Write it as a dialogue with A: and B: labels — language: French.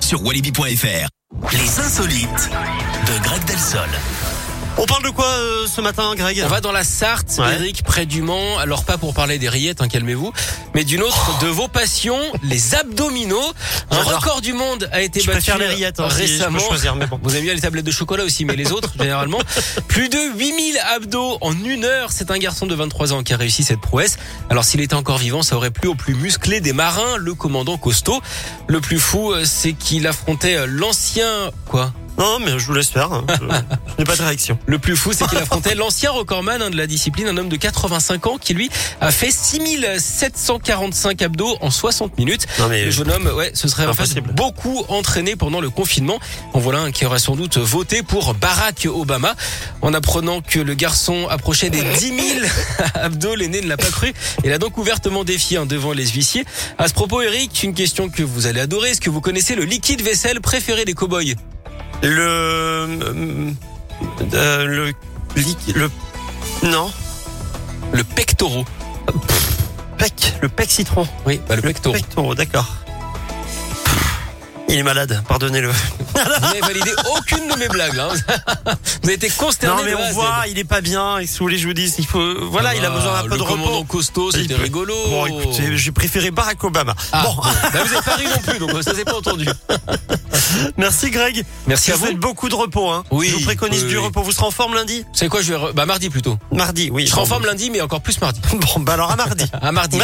A: sur walibi.fr. Les insolites de Greg Delsol.
B: On parle de quoi euh, ce matin, Greg
C: On va dans la Sarthe,
B: Ouais.
C: Eric, près du Mans. Alors pas pour parler des rillettes, hein, calmez-vous, mais d'une autre de vos passions, les abdominaux. Un
B: J'adore.
C: record du monde a été
B: Je
C: battu
B: préfère les rillettes hein, si
C: récemment.
B: je peux choisir, mais bon.
C: Vous aimez bien les tablettes de chocolat aussi, mais les autres, généralement. Plus de 8000 abdos en une heure. C'est un garçon de 23 ans qui a réussi cette prouesse. Alors s'il était encore vivant, ça aurait plu au plus musclé des marins, le commandant costaud. Le plus fou, euh, c'est qu'il affrontait euh, l'ancien... Quoi
B: Non, mais je vous laisse faire. hein. Je, je n'ai pas de réaction.
C: Le plus fou, c'est qu'il affrontait l'ancien recordman hein, de la discipline, un homme de 85 ans qui, lui, a fait 6745 abdos en 60 minutes.
B: Non, mais
C: Le jeune homme, ouais, ce serait en fait
B: Impossible.
C: beaucoup entraîné pendant le confinement. En voilà un qui aurait sans doute voté pour Barack Obama. En apprenant que le garçon approchait des 10 000 abdos, l'aîné ne l'a pas cru. Il a donc ouvertement défié hein, devant les huissiers. À ce propos, Eric, une question que vous allez adorer. Est-ce que vous connaissez le liquide vaisselle préféré des cow-boys
B: le euh, le liqui- le non
C: Le pectoraux.
B: pec le pec citron.
C: Oui, bah, le pectoraux.
B: Pectoraux, d'accord. Il est malade. Pardonnez-le.
C: Vous n'avez validé aucune de mes blagues. là, hein. Vous avez été consterné.
B: Non, mais
C: de A à
B: on
C: Z.
B: voit, il est pas bien. Et si vous voulez, je vous dis, il faut. Voilà,
C: Ah
B: il a
C: bah,
B: besoin d'un peu
C: le
B: de
C: commandant
B: repos.
C: costaud,
B: Il
C: c'était
B: peut-
C: rigolo.
B: Bon, écoutez, j'ai préféré Barack Obama.
C: Ah,
B: Bon,
C: bah, vous n'êtes pas ri non plus, donc ça s'est pas entendu.
B: merci Greg.
C: Merci à
B: vous
C: vous.
B: faites beaucoup de repos. Hein.
C: Oui,
B: je vous préconise
C: oui,
B: du
C: oui.
B: repos. Vous serez en forme lundi
C: C'est quoi Je vais re- bah mardi plutôt.
B: Mardi, oui.
C: Je serai en forme lundi, mais encore plus mardi.
B: Bon, bah alors à mardi.
C: À mardi.